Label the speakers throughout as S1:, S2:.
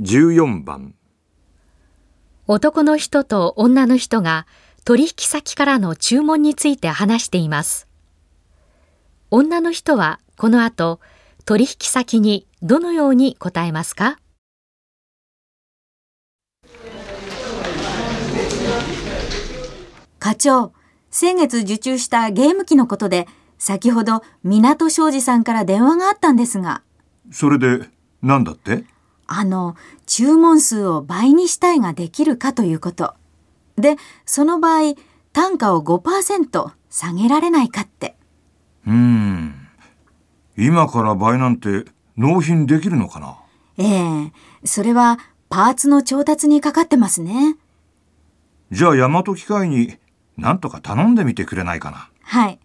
S1: 14番
S2: 男の人と女の人が取引先からの注文について話しています。女の人はこの後、取引先にどのように答えますか
S3: 課長、先月受注したゲーム機のことで、先ほど港庄司さんから電話があったんですが、
S1: それで何だって
S3: あの、注文数を倍にしたいができるかということ。で、その場合、単価を5%下げられないかって。
S1: うーん今から倍なんて納品できるのかな
S3: ええそれはパーツの調達にかかってますね。
S1: じゃあ大和機械に何とか頼んでみてくれないかな
S3: はい。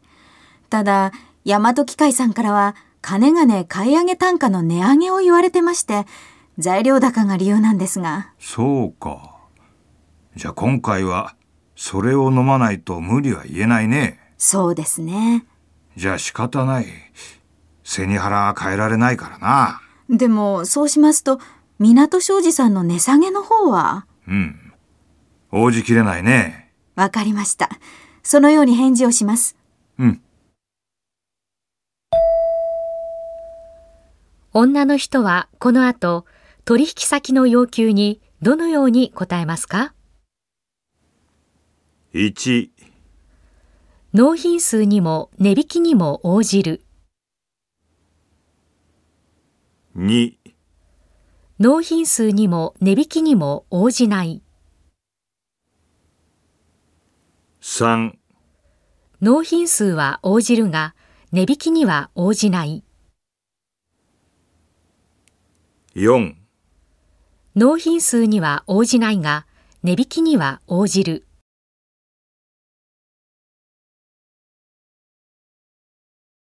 S3: ただ、大和機械さんからは、金がね買い上げ単価の値上げを言われてまして、材料高が理由なんですが。
S1: そうかじゃあ今回はそれを飲まないと無理は言えないね
S3: そうですね。
S1: じゃあ仕方ない背に腹は変えられないからな
S3: でも、そうしますと、港庄司さんの値下げの方は
S1: うん応じきれないね
S3: わかりました。そのように返事をします。
S1: うん
S2: 女の人はこの後、取引先の要求にどのように答えますか
S1: 1
S2: 納品数にも値引きにも応じる。
S1: 2
S2: 納品数にも値引きにも応じない。
S1: 3
S2: 納品数は応じるが、値引きには応じない。
S1: 4
S2: 納品数には応じないが、値引きには応じる。